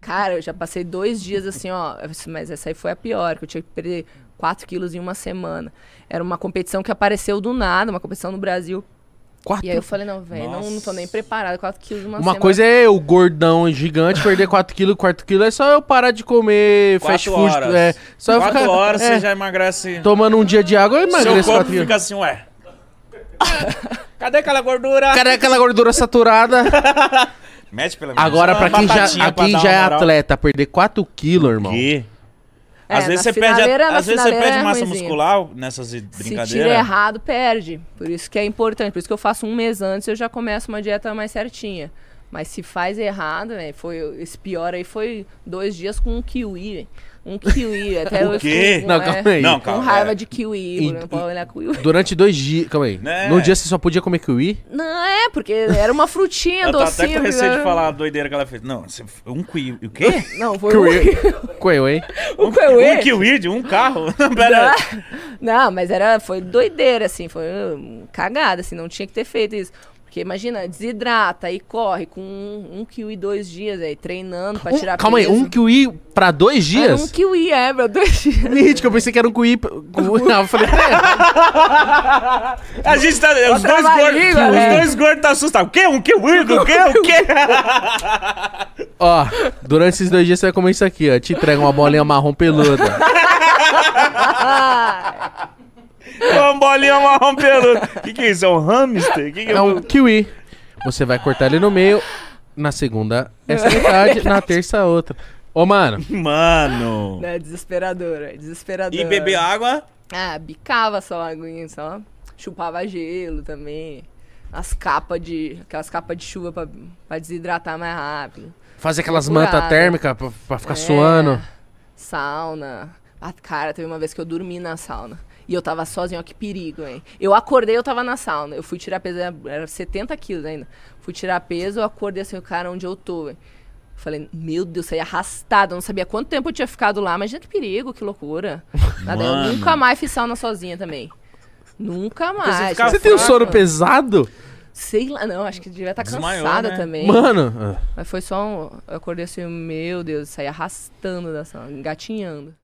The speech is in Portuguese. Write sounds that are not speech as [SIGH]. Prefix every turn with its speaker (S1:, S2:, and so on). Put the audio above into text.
S1: Cara, eu já passei dois dias assim, ó. Mas essa aí foi a pior, que eu tinha que perder 4 quilos em uma semana. Era uma competição que apareceu do nada, uma competição no Brasil.
S2: Quatro.
S1: E aí eu falei, não, velho, não, não tô nem preparada, 4 quilos em uma,
S2: Uma
S1: semana.
S2: coisa é eu, gordão gigante,
S1: [LAUGHS]
S2: perder 4kg, 4kg, é só eu parar de comer fast
S3: Quatro
S2: food.
S3: horas.
S2: É, só eu
S3: 4
S2: ficar
S3: horas
S2: é,
S3: você já emagrece.
S2: tomando um dia de água, eu
S3: Seu
S2: emagreço
S3: corpo
S2: 4kg.
S3: fica assim, [LAUGHS] ué. Cadê aquela gordura?
S2: Cara, é aquela gordura
S3: [LAUGHS]
S2: saturada.
S3: Mete pelo menos.
S2: Agora,
S3: uma
S2: pra quem já,
S3: batatinha
S2: pra
S3: pra
S2: quem
S3: dar
S2: já
S3: uma
S2: é
S3: moral.
S2: atleta, perder 4kg, irmão.
S3: Que?
S1: É,
S3: às vezes
S1: na
S3: você perde,
S1: finaleira- na
S3: às vezes você
S1: finaleira
S3: perde
S1: é
S3: massa
S1: ruinzinho.
S3: muscular nessas
S1: Se tira
S3: brincadeiras.
S1: errado, perde. Por isso que é importante. Por isso que eu faço um mês antes, eu já começo uma dieta mais certinha. Mas se faz errado, né? Foi, esse pior aí foi dois dias com um kiwi, velho. Um
S3: [LAUGHS]
S1: kiwi. Até
S3: O
S1: eu
S3: quê?
S1: fico com-
S2: Não,
S1: é,
S2: calma aí.
S3: Não,
S1: Com
S3: calma.
S1: raiva
S3: é.
S1: de kiwi,
S2: E-
S1: não pode olhar kiwi.
S2: Durante dois dias. Calma aí.
S3: Né?
S2: Num dia você só podia comer kiwi?
S1: Não, é, porque era uma frutinha
S3: Eu tô até
S1: docinha.
S3: com receio de
S1: né?
S3: falar a doideira que ela fez. Não, você- um kiwi. O quê? [LAUGHS]
S1: Não, foi o
S2: Kiwi, hein?
S1: [LAUGHS] o kiwi.
S3: Um kiwi de um carro? [LAUGHS] Pera.
S1: [LAUGHS] Não, mas era, foi doideira, assim, foi hum, cagada, assim, não tinha que ter feito isso. Porque imagina, desidrata e corre com um, um kiwi dois dias aí, treinando pra
S2: Um-
S1: tirar
S2: calma aí,
S1: peso.
S2: um kiwi pra dois
S1: Era um
S2: dias?
S1: kiwi, é, meu, dois
S2: [LAUGHS]
S1: dias.
S2: Nítido, eu pensei que era um
S1: [LAUGHS]
S2: kiwi. [LAUGHS] pra- Não, eu falei, é,
S3: A gente tá. Os dois
S1: trabalhinho,
S3: gordos. Os
S1: né?
S3: dois gordos tá assustados. O quê? Um kiwi? O quê? O quê? [LAUGHS]
S2: ó, durante esses dois dias você vai comer isso aqui, ó. Te entrega uma bolinha marrom peluda.
S1: Ah,
S3: É Uma bolinha marrom peludo. O que, que é isso? É um hamster? Que que
S2: É um kiwi. Você vai cortar ele no meio, na segunda essa metade, na terça a outra. Ô, mano,
S3: Mano.
S1: né, desesperador, é desesperador.
S3: E beber água?
S1: Ah, bicava só a aguinha, só chupava gelo também. As capas de, aquelas capas de chuva pra, pra desidratar mais rápido.
S2: fazer aquelas
S1: Furada.
S2: mantas térmicas pra, pra ficar
S1: É.
S2: suando.
S1: Sauna. Ah, cara, teve uma vez que eu dormi na sauna. E eu tava sozinho, ó, que perigo, hein? Eu acordei, eu tava na sauna. Eu fui tirar peso, era- era 70 quilos ainda. Fui tirar peso, eu acordei assim, cara, onde eu tô, hein? Falei, meu Deus, saí arrastada. Eu não sabia quanto tempo eu tinha ficado lá. Imagina que perigo, que loucura. Nada,
S3: Mano.
S1: eu nunca mais fiz sauna sozinha também. Nunca mais.
S3: ficava-
S2: Você tem um
S1: Fraca.
S2: sono pesado?
S1: Sei lá, não, acho que devia estar
S3: Desmaiou,
S1: cansada
S3: né?
S1: também.
S2: Mano. ah.
S1: Mas foi só um. Eu acordei assim, meu Deus, saí arrastando da sala, engatinhando.